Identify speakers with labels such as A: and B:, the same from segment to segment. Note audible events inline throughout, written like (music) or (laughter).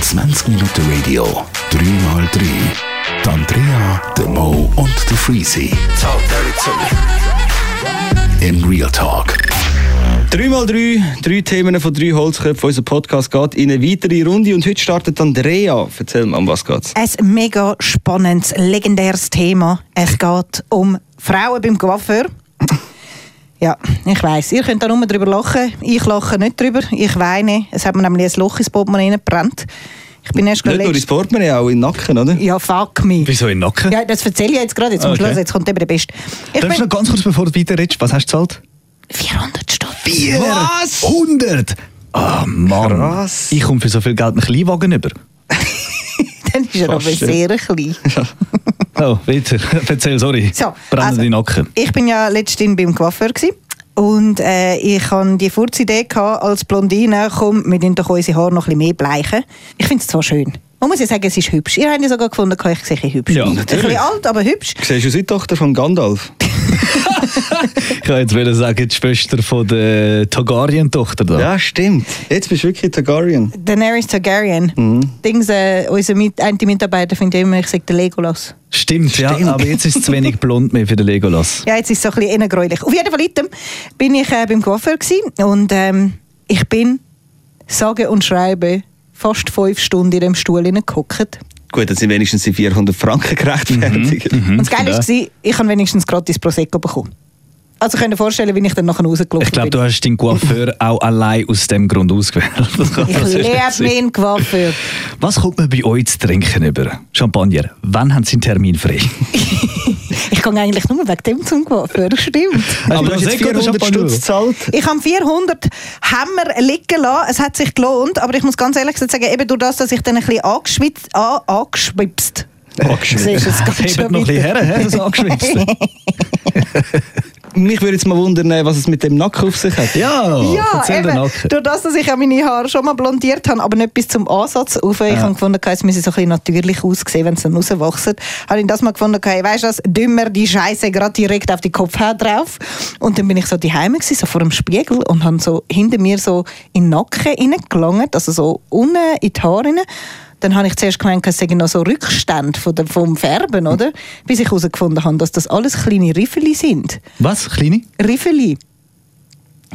A: 20 Minuten Radio, 3x3. Die Andrea, der Mo und der Freezy. Im Real Talk.
B: 3x3, drei Themen von drei Holzköpfen. Unser Podcast geht in eine weitere Runde und heute startet Andrea. Erzähl mal, um was geht's?
C: Ein mega spannendes, legendäres Thema. Es geht um Frauen beim Coiffeur. Ja, ich weiß. Ihr könnt da nur drüber lachen. Ich lache nicht drüber. Ich weine. Es hat mir nämlich ein Loch ins Portemonnaie gebrannt. Ich bin erst
B: Nicht nur ins
C: letzt-
B: Portemonnaie, auch in den Nacken, oder?
C: Ja, fuck me.
D: Wieso in den Nacken?
C: Ja, das erzähle ich jetzt gerade. Jetzt zum
D: Okay.
C: Schluss. Jetzt kommt eben der Beste. Ich
D: Darfst du
C: bin
D: noch ganz kurz, bevor du weiterredest, was hast du gezahlt?
C: 400 Stunden.
D: Bier!
B: Was?
D: 100! Ah, Mann.
B: Krass.
D: Ich komme für so viel Geld einen Kleinwagen über.
C: (laughs) Dann ist er aber
B: Fast, ja.
C: sehr klein.
D: Oh, weiter. (laughs) Erzähl, sorry.
C: So,
D: Brennen
C: also,
D: die Nacken.
C: Ich bin ja letztens beim Coiffeur gsi und äh, ich hatte die Furzidee gehabt, als Blondine, komm, wir tun doch unsere Haare noch ein bisschen mehr bleichen. Ich finde es zwar schön. Man muss ja sagen, es ist hübsch. Ihr habt ja sogar gefunden, ich sehe ein hübsch.
D: Ja,
C: aus.
B: natürlich.
C: Ein bisschen alt, aber hübsch.
B: Siehst du, sie die Tochter von Gandalf?
D: Ich wollte jetzt wollen sagen, die Schwester von der Targaryen-Tochter da.
B: Ja, stimmt. Jetzt bist du wirklich Targaryen.
C: Daenerys Targaryen.
D: Mhm.
C: Dings, äh, unser Mit ein Mitarbeiter findet immer, ich sage den Legolas.
D: Stimmt,
B: Stimmt.
D: ja, aber jetzt ist es zu (laughs) wenig blond mehr für den Legolas.
C: Ja, jetzt ist es so ein bisschen innengräulich. Auf jeden Fall, item, bin ich äh, beim Coiffeur gsi und ähm, ich bin, sage und schreibe, fast fünf Stunden in dem Stuhl hineingehockt.
B: Gut, dann sind wenigstens die 400 Franken gerechtfertigt.
C: Und
D: Hm,
C: das Geile war, ich habe wenigstens gratis Prosecco bekommen. Also könnt ihr vorstellen, wie ich dann nachher rausgelaufen
D: Ich glaube, du
C: bin.
D: hast deinen (laughs) Coiffeur auch allein aus dem Grund ausgewählt. Das kann (laughs)
C: Ich
D: natürlich
C: lehre
D: sein.
C: meinen Coiffeur.
D: Was kommt man bei euch zu trinken über? Champagner, wann haben Sie einen Termin frei?
C: Ich gehe eigentlich nur wegen dem zum Coiffeur, stimmt.
D: Hast
B: Aber
D: du
B: du hast jetzt
D: Prosecco oder
B: 400
D: Champagner?
B: Stutz gezahlt.
C: Ich habe 400 Hämmer liegen lassen, es hat sich gelohnt, aber ich muss ganz ehrlich gesagt sagen, eben durch das, dass ich dann ein bisschen angeschwitzt, an, angeschwipst. Siehst du,
D: (laughs)
C: es geht
D: Hebt
C: schon
D: noch ein bisschen
C: weiter.
D: her, hä, das
C: (laughs)
D: Angeschwitzte.
B: Mich würde jetzt mal wundern, äh, was es mit dem Nacken auf sich hat.
D: Ja,
C: Ja,
D: Ah, erzähl den
C: eben,
D: Nacken.
C: durch das, dass ich auch meine Haare schon mal blondiert habe, aber nicht bis zum Ansatz rauf. Ich habe gefunden, es müsse so ein bisschen natürlich aussehen, wenn es dann rauswachsen. Habe ich das mal gefunden, hey, weißt du was, dümmer die Scheiße gerade direkt auf die Kopfhaut drauf. Und dann bin ich so daheim gewesen, so vor dem Spiegel und habe so hinter mir so in den Nacken reingelangt, also so unten in die Haare rein. Dann habe ich zuerst gemeint, es seien noch so Rückstände von der, vom Färben, oder? Bis ich herausgefunden habe, dass das alles kleine Riffeli sind.
D: Was, Kleine?
C: Riffeli.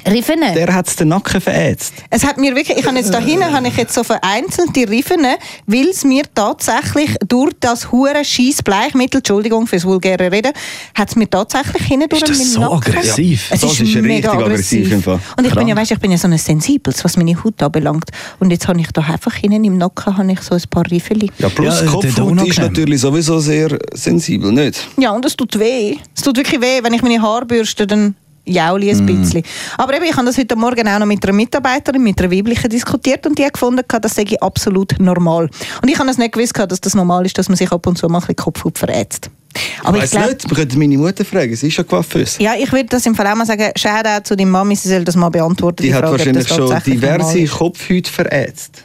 C: Riffen.
B: Der hat den Nacken verätzt.
C: Es hat mir wirklich, ich habe jetzt da hinten, habe ich jetzt so vereinzelte Riffen, weil es mir tatsächlich durch das hure scheiß Bleichmittel, Entschuldigung fürs vulgäre Reden, hat es mir tatsächlich hinten durch
D: das
C: meinen
D: so
C: Nacken-
D: aggressiv?
C: Es
B: Das
C: ist,
B: ist
C: mega
B: richtig aggressiv
C: aggressiv.
B: im Fall.
C: Und ich bin ja,
D: Krank.
C: weißt, ich bin ja so ein Sensibles, was meine Haut anbelangt. Und jetzt habe ich da einfach hinten im Nacken habe ich so ein paar Riffeli.
B: Ja, äh, plus
D: Ja, der- der
B: Kopfhaut ist
D: unangenehm.
B: natürlich sowieso sehr sensibel, nicht?
C: Ja, und es tut weh. Es tut wirklich weh, wenn ich meine Haare bürste, dann jauli ein
B: Mhm.
C: bisschen. Aber eben, ich habe das heute Morgen auch noch mit einer Mitarbeiterin, mit einer weiblichen diskutiert und die hat gefunden, gehabt, das sei absolut normal. Und ich habe es nicht gewusst, gehabt, dass das normal ist, dass man sich ab und zu mal ein bisschen Kopfhaut verätzt. Aber ich
B: Weiss
C: glaube,
B: nicht, wir könnten meine Mutter fragen, sie ist schon Coiffeuse.
C: ja, ich würde das im Fall auch mal sagen, Shoutout zu deiner Mami, sie soll das mal beantworten.
B: Die, hat
C: Frage, ob das
B: wahrscheinlich schon
C: tatsächlich normal
B: diverse
C: ist.
B: Kopfhäute verätzt.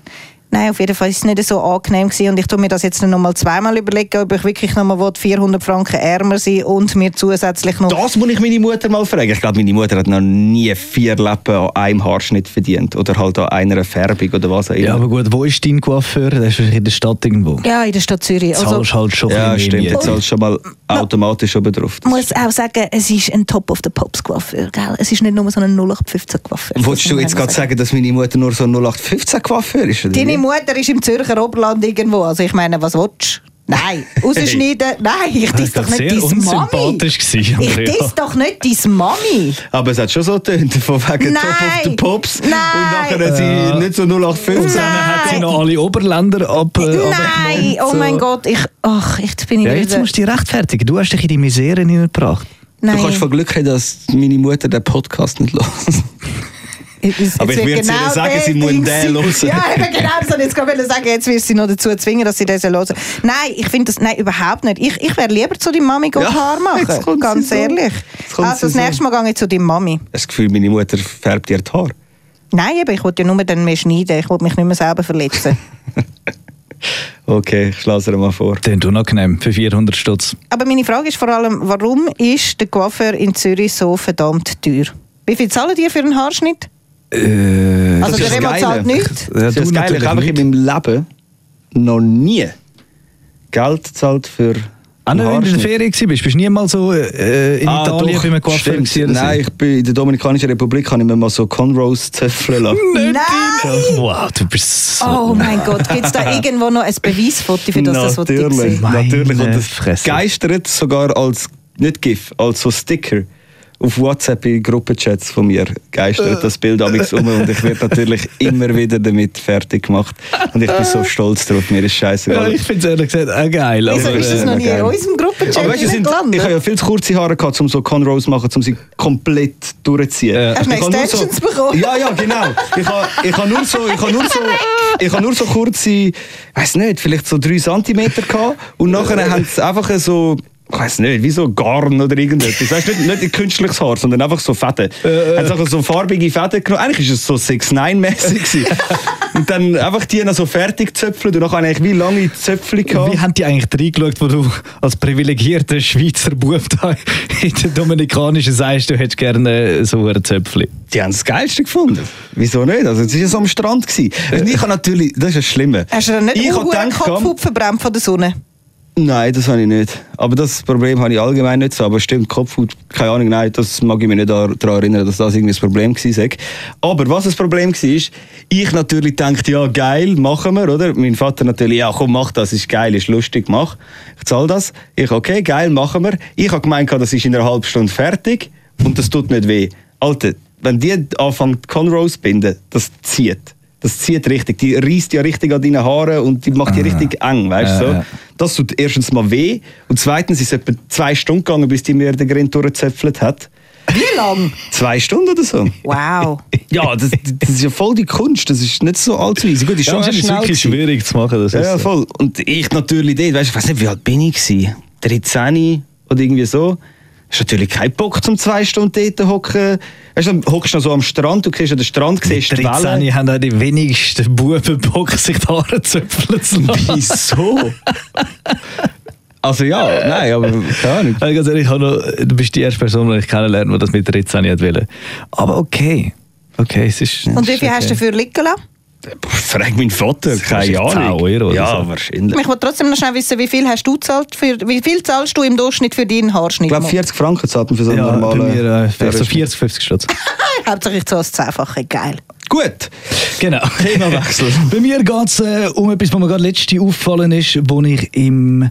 C: Nein, auf jeden Fall ist es nicht so angenehm gewesen. und ich tue mir das jetzt noch mal zweimal überlegen, ob ich wirklich noch mal will, 400 Franken ärmer sein und mir zusätzlich noch...
B: Das muss ich meine Mutter mal fragen. Ich glaube, meine Mutter hat noch nie vier Lappen an einem Haarschnitt verdient. Oder halt an einer Färbung oder was auch immer.
D: Ja, aber gut, wo ist dein Coiffeur? Der ist wahrscheinlich in der Stadt irgendwo.
C: Ja, in der Stadt Zürich.
D: Zahlst
C: Also,
D: halt schon
B: Ja,
D: ein bisschen
B: stimmt.
D: mehr
B: Jetzt
D: Miete.
B: zahlst du schon mal automatisch oben drauf. Das
C: muss auch sagen, es ist ein Top of the Pops Coiffeur, gell? Es ist nicht nur so ein 0815 Coiffeur.
B: Wolltest du jetzt gerade sagen, dass meine Mutter nur so 0815 Coiffeur ist? Oder
C: Deine
B: wie?
C: Mutter ist im Zürcher Oberland irgendwo. Also ich meine, was willst du? Nein, rausschneiden. Nein, ich
D: Das
C: diss
D: war
C: doch nicht
D: sehr
C: deine Mami.
D: unsympathisch gewesen,
C: Ich
D: Andrea.
C: diss doch nicht deine Mami.
B: Aber es hat schon so tönt von wegen
C: Nein.
B: Top of the Pops.
C: Nein.
B: Und nachher hat sie nicht so 0815.
C: Nein.
D: Hat sie noch alle Oberländer ab? äh,
C: Nein,
D: abgenommen,
C: oh
D: so.
C: mein Gott, ich, ach, jetzt bin ich
D: Eh, Ja, jetzt
C: wieder...
D: musst du dich rechtfertigen. Du hast dich in die Misere hineingebracht.
B: Du kannst von
C: Nein,
B: Glück haben, dass meine Mutter den Podcast nicht (laughs) los.
C: jetzt- jetzt
B: Aber ich
C: wird
B: würd's ihr
C: genau
B: sagen,
C: der
B: sie muss
C: Ding
B: den
C: sein.
B: hören.
C: (laughs) Ja, eben genau, das wollte ich jetzt gerade sagen. Jetzt wirst du sie noch dazu zwingen, dass sie das hören. Nein, ich finde das, nein, überhaupt nicht. Ich, ich wäre lieber zu deiner Mami ja,
B: Ja,
C: Haar
B: jetzt
C: machen.
B: kommt
C: Ganz
B: sie so.
C: ehrlich.
B: Jetzt kommt
C: Also
B: sie
C: das
B: so.
C: nächste Mal gehe ich zu deiner Mami.
B: Das Gefühl, meine Mutter färbt ihr die Haare.
C: Nein, eben, ich wollte ja nur dann mehr schneiden. Ich wollte mich nicht mehr
B: (laughs)
C: selber verletzen.
B: Okay, ich schlage dir mal vor.
D: Dann du unangenehm für 400 Stutz.
C: Aber meine Frage ist vor allem, warum ist der Coiffeur in Zürich so verdammt teuer? Wie viel zahlen die für einen Haarschnitt?
D: Äh,
C: Also aber
B: ist
C: der
B: das
C: Remo
B: Geile.
C: zahlt nichts.
D: Ja,
B: das ist
D: du
B: das Geile,
D: natürlich
B: ich habe in
D: nicht.
B: meinem Leben noch nie Geld gezahlt für
D: Auch nicht, wenn du Ah, in der Ferien warst, bist du niemals so äh, in Italien bei einem Coiffeur
B: Ah, Stimmt.
D: gewesen?
B: Nein, ich bin in der Dominikanischen Republik habe ich mir mal so Conros zöffeln lassen.
C: Nein!
D: Wow, du bist so...
C: Oh mein Gott, gibt es
B: (laughs)
C: da irgendwo noch ein Beweisfoto für das, das was (laughs) ich
B: natürlich,
C: sehe?
B: natürlich. Und
D: Meine
B: das
D: Fresse.
B: geistert sogar als, nicht GIF, als so Sticker. Auf WhatsApp in Gruppenchats von mir geistert das Bild amigs um und ich werde
C: (laughs)
B: natürlich immer wieder damit fertig gemacht. Und ich bin so stolz drauf, mir ist
D: Ja,
B: scheißegal.
D: ich finde es ehrlich gesagt auch geil.
C: Wieso
D: aber,
C: ist das
D: äh,
C: noch nie in
B: geil.
C: unserem Gruppenchat
B: Aber weißt, du, es sind, ich habe
C: gelandet?
B: ja viel zu kurze Haare gehabt, um so Conrows zu machen, um sie komplett durchzuziehen.
D: Ja.
B: Ich
C: Äh, Hast du noch
B: habe nur
C: Extensions bekommen?
B: Ja, ja, genau. Ich habe, ich habe nur so, ich habe nur so, ich habe nur so kurze, weiß nicht, vielleicht so drei Zentimeter gehabt und nachher haben sie einfach so ich weiß nicht, wie so Garn oder irgendetwas. Weißt, nicht, nicht ein künstliches Haar, sondern einfach so Fäden. Äh, Hat so farbige Fäden genommen. Eigentlich war es so 6-9-mässig. (laughs) und dann einfach die noch so fertig gezöpfelt und nachher habe ich wie lange Zöpfel gehabt.
D: Wie haben die eigentlich reingeschaut, wo du als privilegierter Schweizer Bub da in der Dominikanischen sagst, du hättest gerne so ein Zöpfchen?
B: Die haben das Geilste gefunden. Wieso nicht? Also, es war ja so am Strand. Gewesen. Und ich habe natürlich, das ist das Schlimme.
C: Äh. Hast du dann nicht
B: ich hab
C: einen
B: gedacht, komm,
C: Kopfhub verbrannt von der Sonne?
B: Nein, das habe ich nicht. Aber das Problem habe ich allgemein nicht so. Aber stimmt, Kopfhaut, keine Ahnung, nein, das mag ich mich nicht dar- daran erinnern, dass das irgendwie ein Problem war. Aber was das Problem war, ist, ich natürlich dachte, ja, geil, machen wir, oder? Mein Vater natürlich, ja, komm, mach das, ist geil, ist lustig, mach. Ich zahle das. Ich, okay, geil, machen wir. Ich habe gemeint, das ist in einer halben Stunde fertig und das tut nicht weh. Alter, wenn die anfangen, die Conrows zu binden, das zieht. Das zieht richtig. Die reißt ja richtig an deinen Haaren und die macht die richtig eng, weißt du?
D: Ja,
B: So.
D: ja.
B: Das tut erstens mal weh und zweitens ist es etwa zwei Stunden gegangen, bis die mir den Grind durchgezöpfelt hat.
C: Wie lang?
B: Zwei Stunden oder so.
C: Wow.
B: Ja, das, das ist ja voll die Kunst. Das ist nicht so allzu easy. Gut, ist schon
D: Ja,
B: sehr
D: das ist
B: schnell.
D: wirklich
B: gewesen.
D: schwierig zu machen. Das
B: Ja,
D: ist
B: ja,
D: so.
B: voll. Und ich natürlich dort, weißt, du, ich weiß nicht, wie alt bin ich gewesen? 13 oder irgendwie so. Hast natürlich keinen Bock, zum zwei Stunden dort zu hocken. Weißt du, dann hockst du noch so am Strand, du siehst an den Strand, siehst die Wellen.
D: 13 haben auch die wenigsten Buben Bock, sich die Haare zöpfeln zu lassen.
B: Wieso? also ja, nein, aber keine Ahnung.
D: Also ganz ehrlich, ich habe noch, du bist die erste Person, die ich kennenlernen, die das mit 13 nicht will. Aber okay. Okay, es ist.
C: Und wie viel hast du
D: okay.
C: dafür liegen lassen?
B: Frag meinen Vater,
D: kostet
B: keine
D: 10
B: Ahnung.
D: Euro oder
B: ja,
D: so.
B: wahrscheinlich.
C: Ich wollte trotzdem noch schnell wissen, wie viel hast du zahlt für, wie viel zahlst du im Durchschnitt für deinen Haarschnitt?
B: Ich glaube, 40 Franken zahlt man für so einen
D: Ja, bei
B: normalen.
D: mir äh, vielleicht so
B: Terroristen.
D: 40, 50 Stutz.
C: Nein, Hauptsache ich zahle das Zehnfache, geil.
B: Gut.
D: Genau.
B: Themawechsel.
D: (laughs) Bei mir geht es äh, um etwas, was mir gerade letzte aufgefallen ist, wo ich im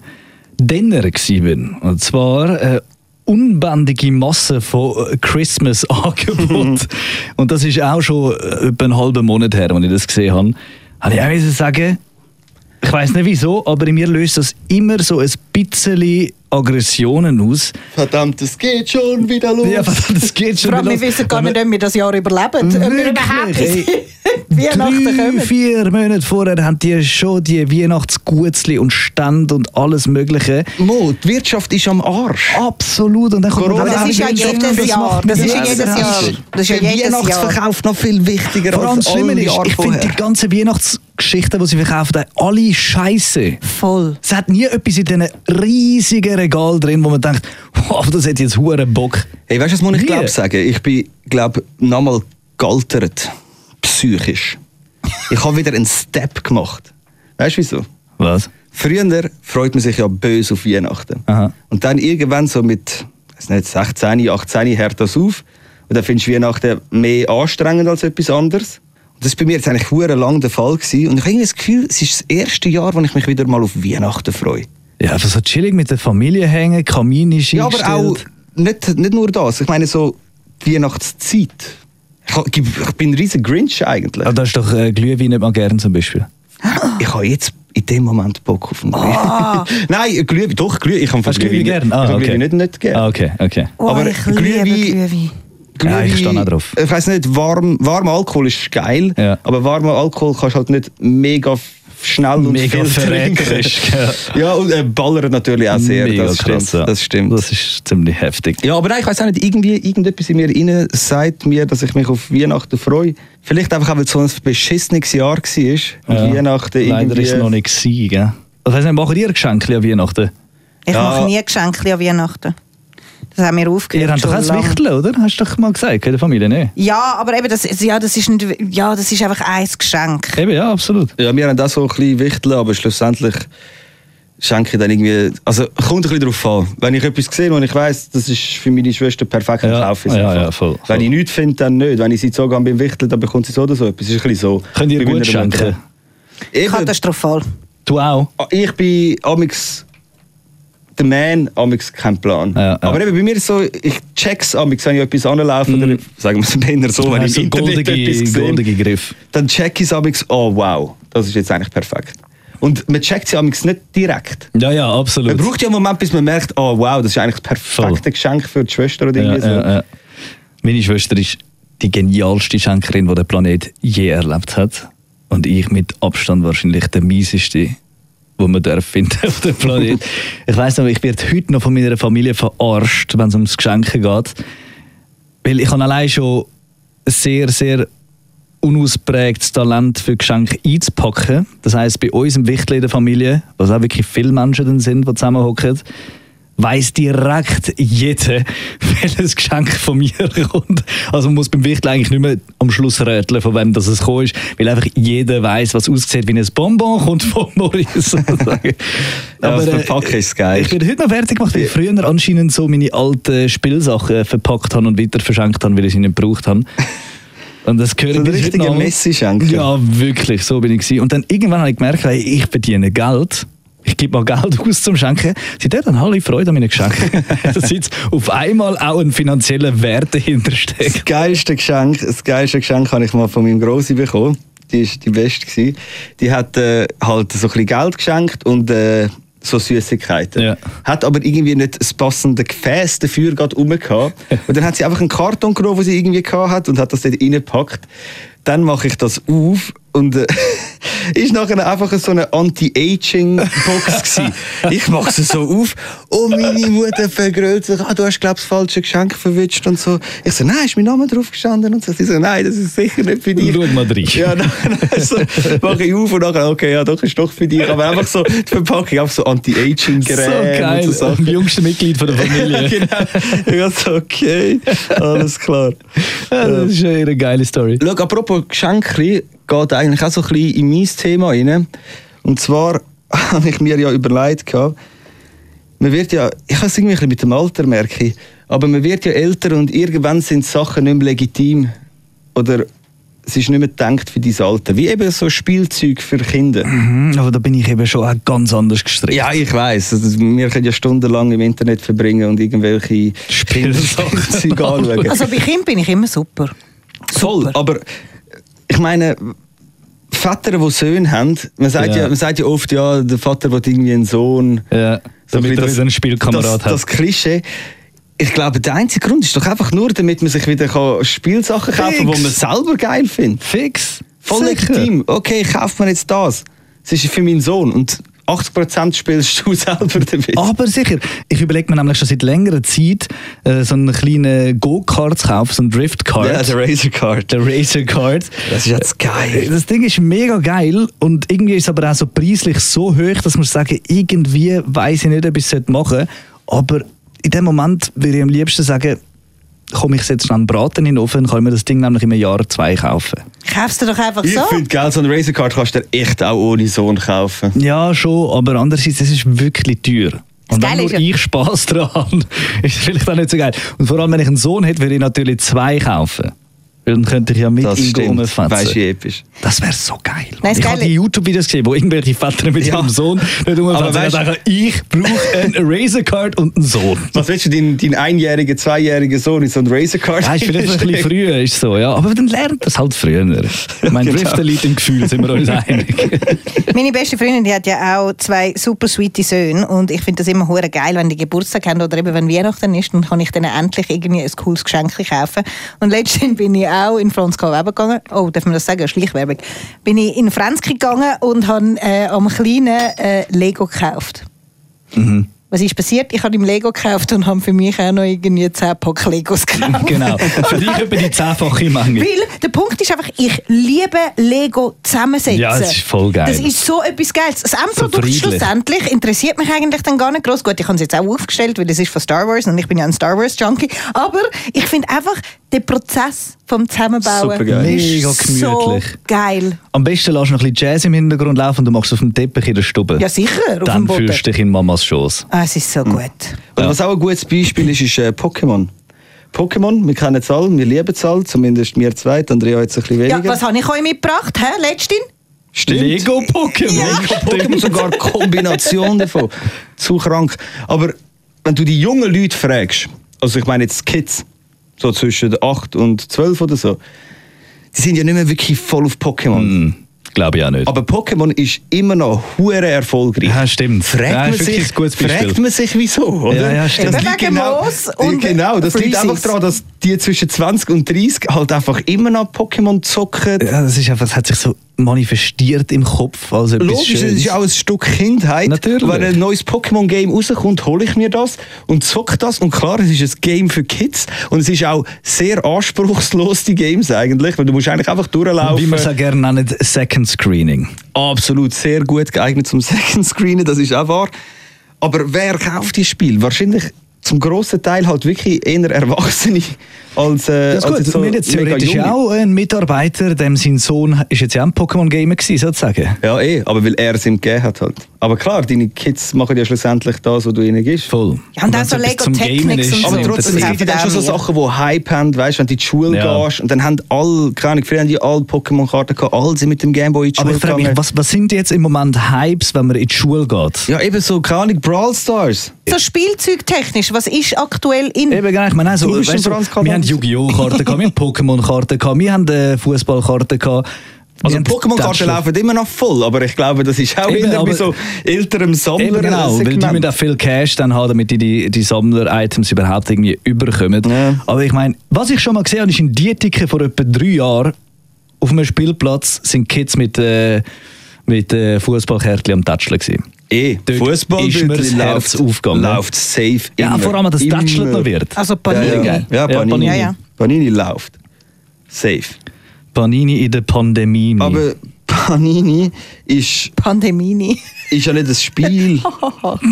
D: Denner war. Und zwar äh, unbändige Masse von äh,
B: (laughs)
D: Christmas-Angeboten. Und das ist auch schon äh, etwa einen halben Monat her, als ich das gesehen habe. Habe ich auch müssen sagen, ich weiß nicht wieso, aber in mir löst das immer so ein bisschen Aggressionen aus.
B: Verdammt, es geht schon wieder los.
D: Ja, (laughs) verdammt, das geht schon
C: Vor allem,
D: wieder
C: wir
D: los.
C: wissen gar
D: Wenn man-
C: nicht, ob wir das Jahr überleben. Ob wir überhaupt
D: Wirklich, ey.
C: (laughs) Weihnachten
D: Drei,
C: kommen.
D: vier Monate vorher haben die schon die Weihnachtsgutzli und Stand und alles Mögliche.
B: Mo, die Wirtschaft ist am Arsch.
D: Absolut. Und dann kommt
B: Corona-
D: man
C: Aber das
D: dann
C: ist ja
D: wieder-
C: jedes Jahr. Das ist ja jedes Jahr. Das ist ja
B: Der
C: jedes Jahr.
B: Weihnachtsverkauf noch viel wichtiger
D: Vor allem
B: als
D: das Schlimme
B: alle
D: ist,
B: Jahre
D: ich finde
B: vorher.
D: die ganzen Weihnachtsgeschichten, die sie verkaufen, alle scheiße.
C: Voll.
D: Es hat nie etwas in diesen riesigen Regal drin, wo man denkt, wow, das hat jetzt hure Bock.
B: Hey, weißt du, was muss ich
D: Nie.
B: glaube sagen? Ich bin, glaube nochmal gealtert. Psychisch. ich habe wieder einen Step gemacht. Weißt du wieso?
D: Was?
B: Früher freut man sich ja böse auf Weihnachten.
D: Aha.
B: Und dann irgendwann so mit weiss nicht, 16, 18 hört das auf. Und dann findest du Weihnachten mehr anstrengend als etwas anderes. Und das war bei mir jetzt eigentlich sehr lang der Fall. Gewesen. Und ich habe irgendwie das Gefühl, es ist das erste Jahr, wo ich mich wieder mal auf Weihnachten freue.
D: Ja, einfach so chillig mit der Familie hängen, Kamin ist
B: Ja, aber auch
D: eingestellt.
B: nicht, nicht nur das. Ich meine, so die Weihnachtszeit. Ich, hab- ich bin ein riesen Grinch eigentlich.
D: Ah, da ist doch äh, Glühwein nicht mal gern zum Beispiel.
B: Ich habe jetzt in dem Moment Bock auf einen Glühwein. (laughs) Nein, Glühwein, doch, Glühwein. Ich kann von
D: Ah. Hast du Glühwein
B: nicht-
D: gern? Ah,
B: ich kann Glühwein
D: okay.
B: nicht, nicht gern.
D: Ah, okay, okay.
C: Oh,
B: Aber
C: ich liebe
B: Glühwein-
C: Glühwein.
D: Ja, ich stehe auch drauf.
B: Ich weiss nicht, warm, warmer Alkohol ist geil,
D: Ja.
B: aber warmer Alkohol kannst du halt nicht mega f- schnell und
D: Mega
B: viel trinken.
D: verräterisch, gell.
B: (laughs) ja, und äh, ballert natürlich auch sehr.
D: Mega
B: das,
D: krass,
B: stimmt,
D: ja.
B: das stimmt.
D: Das ist ziemlich heftig.
B: ja, aber nein, ich weiß auch nicht, irgendwie, irgendetwas in mir rein sagt mir, dass ich mich auf Weihnachten freue. Vielleicht einfach auch, weil es so ein beschissenes Jahr war und
D: Ja.
B: Weihnachten
D: Leider
B: irgendwie...
D: ist es noch nicht gewesen, gell? Also, weiss nicht, machen ihr Geschenke an Weihnachten?
C: Ich
B: Ja.
C: mache nie Geschenke an Weihnachten. Das haben wir aufgehört.
D: Ihr habt doch auch
C: schon
D: das
C: lang.
D: Wichteln, oder? Hast du doch mal gesagt, in der Familie, ne?
C: Ja, aber eben, das, ja, das ist, nicht, ja, das ist einfach ein Geschenk.
D: Eben, ja, absolut.
B: Ja, wir haben das so ein bisschen wichteln, aber schlussendlich schenke ich dann irgendwie... Also, kommt ein bisschen drauf an. Wenn ich etwas sehe, und ich weiss, das ist für meine Schwester perfekt, dann
D: Ja,
B: kaufe ich es
D: ja,
B: einfach.
D: ja, voll,
B: Wenn
D: voll.
B: ich nichts finde, dann nicht. Wenn ich sie sogar beim Wichteln, dann bekommt sie so oder so etwas. Es ist ein bisschen so.
D: Könnt ihr
B: Bei
D: gut
B: meiner Mutter.
D: schenken?
B: Eben, ah,
C: Katastrophal.
D: Du auch?
B: ich bin amix der Man, amix kein Plan.
D: Ja, ja.
B: Aber eben bei mir ist so, ich check's amix, wenn ich etwas anlaufe, oder sagen wir es (laughs) eher so, wenn
D: Hast
B: ich
D: Mhm. so
B: im Internet etwas sehe,
D: goldige Griff.
B: dann check ich es amix, oh wow, das ist jetzt eigentlich perfekt. Und man checkt sie amix nicht direkt.
D: Ja, ja,
B: Man
D: absolut.
B: braucht ja einen Moment, bis man merkt, oh wow, das ist eigentlich das perfekte
D: Voll.
B: Geschenk für die Schwester oder irgendwie so.
D: ja. Meine Schwester ist die genialste Schenkerin, die der Planet je erlebt hat. Und ich mit Abstand wahrscheinlich der mieseste, wo man darf finden auf dem Planet.
B: (laughs)
D: ich weiss noch, ich werde heute noch von meiner Familie verarscht, wenn es ums Geschenke geht. Weil ich habe allein schon sehr, sehr unausprägtes Talent für Geschenke einzupacken. Das heisst, bei uns im Wichtel in der Familie, was auch wirklich viele Menschen dann sind, die zusammenhocken, weiß direkt jeder, (laughs) welches Geschenk von mir (laughs) kommt. Also man muss beim Wichtel eigentlich nicht mehr am Schluss rätseln, von wem das es gekommen ist, weil einfach jeder weiß, was aussieht wie ein Bonbon kommt von Morris. (laughs) sozusagen.
B: Ja, das
D: äh,
B: Verpacken ist geil.
D: Ich werde heute noch fertig gemacht, weil ich früher anscheinend so meine alten Spielsachen verpackt habe und weiter verschenkt habe, weil ich sie nicht gebraucht habe. Und das gehört
B: So ein
D: bis heute
B: richtiger
D: noch.
B: Messi-Schenker.
D: Ja, wirklich, so bin ich. Gewesen. Und dann irgendwann habe ich gemerkt, hey, ich verdiene Geld. Ich gebe mal Geld (laughs) aus zum Schenken. Seitdem haben alle Freude an
B: (laughs)
D: meinen Geschenken. (laughs) dass jetzt auf einmal auch ein finanzieller Wert dahinter steckt.
B: Das geilste Geschenk, das geilste Geschenk habe ich mal von meinem Grossi bekommen. Die war die beste. Gewesen. Die hat äh, halt so ein bisschen Geld geschenkt und äh, so Süßigkeiten.
D: Ja.
B: Hat aber irgendwie nicht das passende Gefäß dafür gerade rum gehabt. Und dann hat sie einfach einen Karton genommen, den sie irgendwie gehabt hat und hat das dort reingepackt. Dann mache ich das auf und äh, (laughs) ist nachher einfach so eine Anti-Aging-Box (laughs) gewesen. Ich mache sie so auf und meine Mutter vergrölt sich. Ah, du hast, glaube ich, das falsche Geschenk verwünscht und so. Ich so, nein, ist mein Name drauf gestanden? Und so, sie so, nein, das ist sicher nicht für dich.
D: Schau mal rein.
B: Ja, (laughs) dann so, mache ich auf und nachher, okay, ja, doch, ist doch für dich. Aber einfach so, die Verpackung, einfach so
D: So
B: Anti-Aging-Gerät.
D: geil.
B: Und so
D: Am
B: (laughs) Sachen.
D: jüngsten Mitglied von
B: (laughs)
D: der Familie.
B: genau. Ich war so, okay, alles klar.
D: Ja,
B: Genau.
D: das ist eine ihre geile Story.
B: Schau, apropos Geschenke, geht eigentlich auch so ein bisschen in mein Thema rein. Und zwar (laughs) habe ich mir ja überlegt, gehabt, man wird ja, ich habe es irgendwie ein bisschen mit dem Alter, merke ich, aber man wird ja älter und irgendwann sind Sachen nicht mehr legitim. Oder es ist nicht mehr gedacht für dein Alter. Wie eben so Spielzeug für Kinder.
D: Mhm, Aber da bin ich eben schon auch ganz anders gestrickt.
B: Ja, ich weiß. Also, wir können ja stundenlang im Internet verbringen und irgendwelche
D: (laughs) Spielsachen.
B: Spielzeug anschauen.
C: Also bei Kind bin ich immer super.
B: Voll, aber ich meine, Väter, die Söhne haben, man sagt
D: Ja.
B: ja, man sagt ja oft, ja, der Vater will irgendwie einen Sohn.
D: Ja,
B: ein
D: damit
B: bisschen
D: er wieder einen Spielkamerad
B: das,
D: hat.
B: Das Klischee. Ich glaube, der einzige Grund ist doch einfach nur, damit man sich wieder kann Spielsachen kaufen kann, die man
D: Fix.
B: selber geil findet.
D: Fix.
B: Voll
D: Sicher.
B: legitim. Okay, ich kaufe mir jetzt das. Das ist für meinen Sohn. Und 80% spielst du (laughs) selber damit.
D: Aber sicher. Ich überlege mir nämlich schon seit längerer Zeit, äh, so einen kleinen Go-Kart zu kaufen, so einen Drift-Kart.
B: Ja, der Razor Card.
D: der Racer Kart. Äh,
B: Das ist jetzt geil.
D: Das Ding ist mega geil und irgendwie ist es aber auch so preislich so hoch, dass man sagen, irgendwie weiß ich nicht, ob ich es machen sollte. Aber in dem Moment würde ich am liebsten sagen, komm, ich setze einen Braten in den Ofen, kann ich mir das Ding nämlich im Jahr oder zwei kaufen.
C: Kaufst du doch einfach
B: Ich
C: so.
B: finde, geil, so eine Razor Card kannst du dir echt auch ohne Sohn kaufen.
D: Ja, schon, aber andererseits, es ist wirklich teuer. Und
C: Das Geile
D: wenn nur
C: ist ja-
D: ich Spass (laughs) dran habe, ist es vielleicht auch nicht so geil. Und vor allem, wenn ich einen Sohn hätte, würde ich natürlich zwei kaufen. Weil Dann könnte ich ja mit
B: Das
D: ihm
B: stimmt.
D: rumfetzen.
B: Weißt du, wie episch.
D: Das wäre so geil. Mann.
C: Nein, das
D: ich habe
C: Geile-
D: die YouTube-Videos gesehen, wo irgendwelche Väter mit
B: Ja.
D: ihrem Sohn nicht
B: Aber
D: umfassen. Ich
B: weißt-
D: dachte, ich brauche einen Razor-Card und einen Sohn.
B: Was willst du deinen dein einjährigen, zweijährigen Sohn in so ein Racercard?
D: Weißt, vielleicht ein
C: (laughs)
D: bisschen früher ist so, ja. Aber dann lernt er es halt früher. Mein
B: Genau.
D: Driften liegt im Gefühl, sind wir
C: (laughs)
D: uns einig.
C: Meine beste Freundin die hat ja auch zwei super sweete Söhne und ich finde das immer hure geil, wenn die Geburtstag haben oder eben wenn Weihnachten ist, dann kann ich denen endlich irgendwie ein cooles Geschenk kaufen. Und letztens bin ich auch in Franz K. Weber gegangen, oh, darf man das sagen, Schleichwerbung, bin ich in Franz gegangen und habe äh, am Kleinen äh, Lego gekauft. Was ist passiert? Ich habe ihm Lego gekauft und habe für mich auch noch irgendwie 10 Pack Legos
D: (laughs)
C: gekauft.
D: genau. Für dich etwa die zehnfache Menge.
C: Weil der Punkt ist einfach, ich liebe Lego 10 zusammensetzen.
D: Ja, das ist voll geil.
C: Das ist so etwas Geiles. Das Endprodukt
D: friedlich.
C: schlussendlich interessiert mich eigentlich dann gar nicht groß. Gut, ich habe es jetzt auch aufgestellt, weil es ist von Star Wars und ich bin ja ein Star Wars Junkie. Aber ich finde einfach den Prozess vom Zusammenbauen
B: Supergeil.
D: Mega
C: ist so
D: gemütlich.
C: geil.
D: Am besten lässt du noch ein bisschen Jazz im Hintergrund laufen und du machst auf dem Teppich in der Stube.
C: Ja sicher, auf dem
D: Dann
C: Boden.
D: fühlst du dich in Mamas Schoß.
C: Ah, es ist
D: Hm.
C: so gut.
B: Oder was auch ein gutes Beispiel ist, ist äh, Pokémon. Pokémon, wir kennen es alle, wir lieben es alle, zumindest wir zwei, die Andrea jetzt ein bisschen weniger.
C: Ja, was habe ich euch mitgebracht, hä, letztin?
B: Stimmt.
D: Pokémon.
B: Pokémon, sogar die Kombination davon. Zu krank. Aber wenn du die jungen Leute fragst, also ich meine jetzt Kids, so zwischen 8 und 12 oder so, die sind ja nicht mehr wirklich voll auf Pokémon.
D: Mm. Glaube ich auch nicht.
B: Aber Pokémon ist immer noch hure erfolgreich.
D: Ja, stimmt.
B: Fragt,
D: Ja,
B: man
D: ist wirklich
B: sich,
D: ein gutes Beispiel.
B: fragt man sich, wieso, oder?
D: Ja, ja, stimmt.
B: Das
C: Eben
B: liegt
C: wegen
B: genau,
C: Moos und
B: genau, das liegt
C: Freezies.
B: einfach daran, dass die zwischen 20 und 30 halt einfach immer noch Pokémon zocken.
D: ja, das ist einfach, es hat sich so manifestiert im Kopf als etwas
B: Logisch, es
D: Schönes.
B: ist auch ein Stück Kindheit.
D: Natürlich.
B: Wenn ein neues Pokémon-Game rauskommt, hole ich mir das und zocke das. Und klar, es ist ein Game für Kids und es ist auch sehr anspruchslos, die Games eigentlich, weil du musst eigentlich einfach durchlaufen.
D: Wie man es auch gerne nennt, Second Screening.
B: Absolut, sehr gut geeignet zum (laughs) Second Screenen, das ist auch wahr. Aber wer kauft die Spiel? Wahrscheinlich zum grossen Teil halt wirklich eher Erwachsene (laughs) als, äh,
D: Das ist gut.
B: als
D: Also,
B: so
D: wir haben jetzt
B: mega
D: theoretisch
B: Junge.
D: auch einen Mitarbeiter, dem sein Sohn ist jetzt ja auch ein Pokémon-Gamer gewesen, sozusagen.
B: Ja, eh, aber weil er es ihm gegeben hat halt. Aber klar, deine Kids machen ja schlussendlich das, was du ihnen gibst.
D: Voll.
C: Ja, und auch
D: wenn's
C: so
D: etwas
C: Lego
D: zum Gamen
C: Technics und
D: ist,
C: so.
B: Aber
D: sind
B: trotzdem,
D: das-
B: es
C: Ja.
B: gibt ja dann schon so
C: Ja.
B: Sachen, die Hype haben, weißt du, wenn du in die Schule
D: Ja.
B: gehst und dann haben alle, keine Ahnung, früher haben die alle Pokémon-Karten gehabt, alle sind mit dem Gameboy in die
D: Aber
B: Schule
D: ich frage mich,
B: gegangen.
D: was, was sind jetzt im Moment Hypes, wenn man in die Schule geht?
B: Ja, eben so, keine Ahnung, Brawl Stars.
C: So Spielzeugtechnisch, was ist aktuell in?
D: Eben, genau. Ich meine, also,
B: Du bist
D: weißt
B: ein
D: du,
B: Franz
D: wir
B: Kabanz.
D: haben Yu-Gi-Oh!-Karten, gehabt, wir haben Pokémon-Karten, gehabt, wir haben äh, Fußballkarten. gehabt, wir
B: Also
D: haben
B: Pokémon-Karten
D: Touchdown-
B: laufen immer noch voll, aber ich glaube, das ist auch
D: Eben,
B: eher bei
D: aber-
B: so älterem Sammler.
D: Eben genau, weil die
B: Segment.
D: müssen auch viel Cash dann haben, damit die die, die Sammler-Items überhaupt irgendwie überkommen.
B: Ja.
D: Aber ich meine, was ich schon mal gesehen habe, ist in Dietike vor etwa drei Jahren auf einem Spielplatz sind Kids mit, äh, mit äh, Fußballkärtchen am Tätscheln gewesen.
B: Eh,
D: Dort
B: Fußball
D: ist mir das Herz aufgegangen.
B: läuft safe
D: Ja,
B: immer.
D: vor allem, dass
B: Immer.
D: Tätscheln noch wird.
C: Also
B: Ja, ja.
C: Panini.
B: ja, Panini.
D: Panini.
B: Panini.
C: Ja, ja.
B: läuft. Safe.
D: Panini in der Pandemie.
B: Aber Panini ist,
C: Pandemini.
B: ist ja nicht ein Spiel.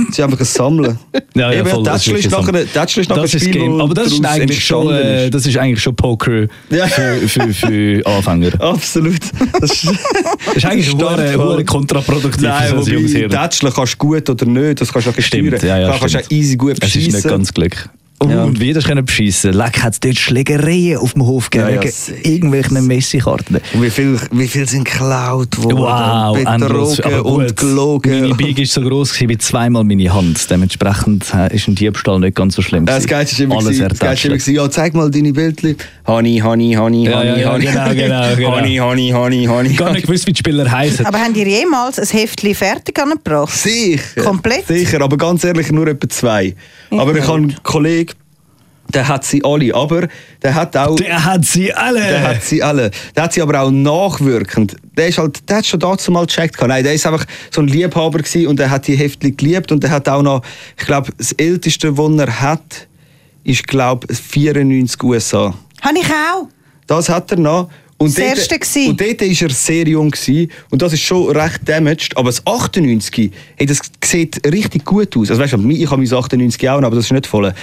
B: es ist einfach ein Sammeln.
D: Ja, ja,
B: Eben,
D: voll, das
B: Tätscheln
D: ist
B: ist
D: wirklich
B: nachher-
D: so.
B: Tätscheln ist nachher
D: Das
B: ein
D: ist
B: Spiel,
D: Game.
B: wo
D: Aber das ist,
B: daraus
D: eigentlich schon,
B: entstanden
D: äh,
B: ist.
D: das ist eigentlich schon Poker
B: Ja.
D: für, für,
B: (laughs)
D: für Anfänger.
B: Absolut. Das
D: (laughs)
B: ist,
D: Das ist eigentlich
B: Start-
D: hure- hure kontraproduktiv
B: Nein,
D: für so ein junges
B: wobei,
D: Hirn.
B: Tätscheln kannst du gut oder nicht, das kannst du auch
D: Stimmt,
B: steuern.
D: ja, ja,
B: Klar kannst du
D: stimmt.
B: auch easy gut
D: Es ist nicht
B: bescheissen.
D: ganz Glück.
B: Ja.
D: Und wie das können beschissen? Leck hat es dort Schlägereien auf dem Hof gegeben
B: Ja, ja,
D: wegen
B: safe.
D: irgendwelchen Messi-Karten.
B: Und wie viel, wie viel sind geklaut worden,
D: Wow, endlos.
B: betrogen
D: Aber
B: und
D: gut, meine
B: gelogen.
D: Beige war so gross gewesen wie zweimal meine Hand. Dementsprechend äh, ist ein Diebstahl nicht ganz so schlimm.
B: Ja, Das
D: gewesen.
B: Geilste war immer,
D: Alles
B: gewesen- das Geilste war
D: ertätschelt.
B: immer, ja, zeig mal deine Bildchen. Honey, honey, honey,
D: Ja, ja,
B: honey,
D: ja,
B: honey. (laughs)
D: genau, genau, genau.
B: Honey, honey, honey, honey.
D: Gar nicht gewusst, wie die Spieler
C: (laughs)
D: heißen.
C: Aber habt ihr jemals ein Heftchen fertig angebracht?
B: Sicher.
C: Komplett?
B: Sicher, aber ganz ehrlich, nur etwa zwei. Aber ich habe einen Kollegen, der hat sie alle, aber der hat auch...
D: Der hat sie alle.
B: Der hat sie alle. Der hat sie aber auch nachwirkend. Der, ist halt, der hat schon dazu mal gecheckt. gehabt. Nein, der ist einfach so ein Liebhaber gewesen und der hat die Heftchen geliebt und der hat auch noch, ich glaube, das älteste, was er hat, ist, glaube 94 USA.
C: Habe ich auch.
B: Das hat er noch. Und
C: Das
B: dort-
C: erste gsi.
B: Und dort war er sehr jung. Gewesen. Und das ist schon recht damaged. Aber das 98, hey, das sieht richtig gut aus. Also weißt du, ich habe mein 98 auch noch, aber das ist nicht voll.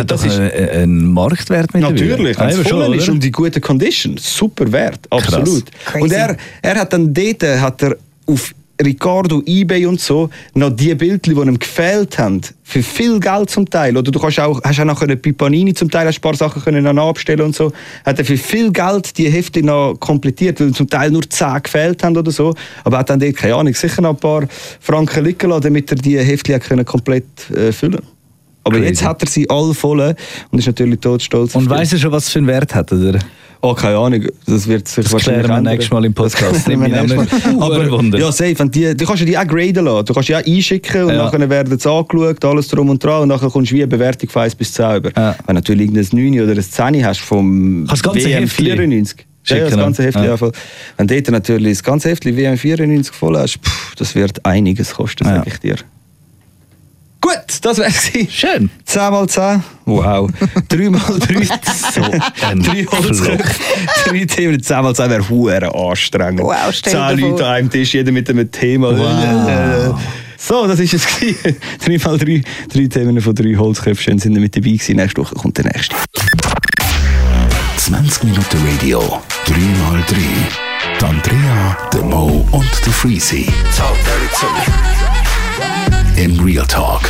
B: aber
D: hat doch Ah, einen, einen Marktwert mit
B: Natürlich, wenn es voll ist und die gute Condition, super wert,
D: Krass.
B: absolut.
C: Crazy.
B: Und er, er hat dann dort, äh, hat er auf Ricardo, Ebay und so, noch die Bildchen, die ihm gefehlt haben, für viel Geld zum Teil, oder du kannst auch, hast auch noch können bei Panini zum Teil hast ein paar Sachen können noch nachbestellen und so, hat er für viel Geld die Hefte noch komplettiert, weil zum Teil nur 10 gefehlt haben oder so, aber hat dann dort, keine Ahnung, sicher noch ein paar Franken liegen lassen, damit er die Hefte hat können komplett äh, füllen aber
D: Crazy.
B: jetzt hat er sie alle voll und ist natürlich todstolz. auf
D: und
B: die.
D: weiss er schon, was es für einen Wert hat, oder?
B: Oh, keine Ahnung, das wird sich
D: Das
B: wahrscheinlich
D: klären wir
B: ändern.
D: nächstes Mal im
B: (laughs)
D: Podcast.
B: Das klären wir
D: Nimmt mich
B: nächstes
D: nämlich
B: Mal.
D: super Wunder.
B: Aber ja, safe, wenn die, du kannst ja die auch graden lassen. Du kannst ja auch einschicken und
D: Ja.
B: nachher werden sie angeschaut, alles drum und dran und nachher kommst du wie eine Bewertung von 1 bis 10 über.
D: Ja.
B: Wenn du natürlich irgendein 9 oder ein 10 hast vom
D: Kannst das ganze
B: WM
D: Heftli
B: 94. Ja, ja, das
D: schicken,
B: ganze
D: ja.
B: Heftli
D: Ja.
B: ja. voll. Wenn du dort natürlich das ganze Heftli WM 94 voll hast, pff, das wird einiges kosten,
D: Ja.
B: sag ich dir. Gut, das wär's gewesen.
D: Schön.
B: 10 mal 10. Wow. 3 mal 3. So.
D: ein
B: 3 Holzköpfe. 3 Themen. 10 mal 10 wäre huere anstrengend.
C: Wow, stell
B: 10
C: dir vor.
B: Leute an einem Tisch, jeder mit einem Thema.
D: Wow.
B: Äh, So, das ist es. (laughs) 3 mal 3. 3 Themen von 3 Holzköpfen. Schön, sind ihr mit dabei gewesen. Nächste Woche kommt der nächste.
A: 20 Minuten Radio, 3x3. Die Andrea, der Mo und der Freezy. Im Real Talk.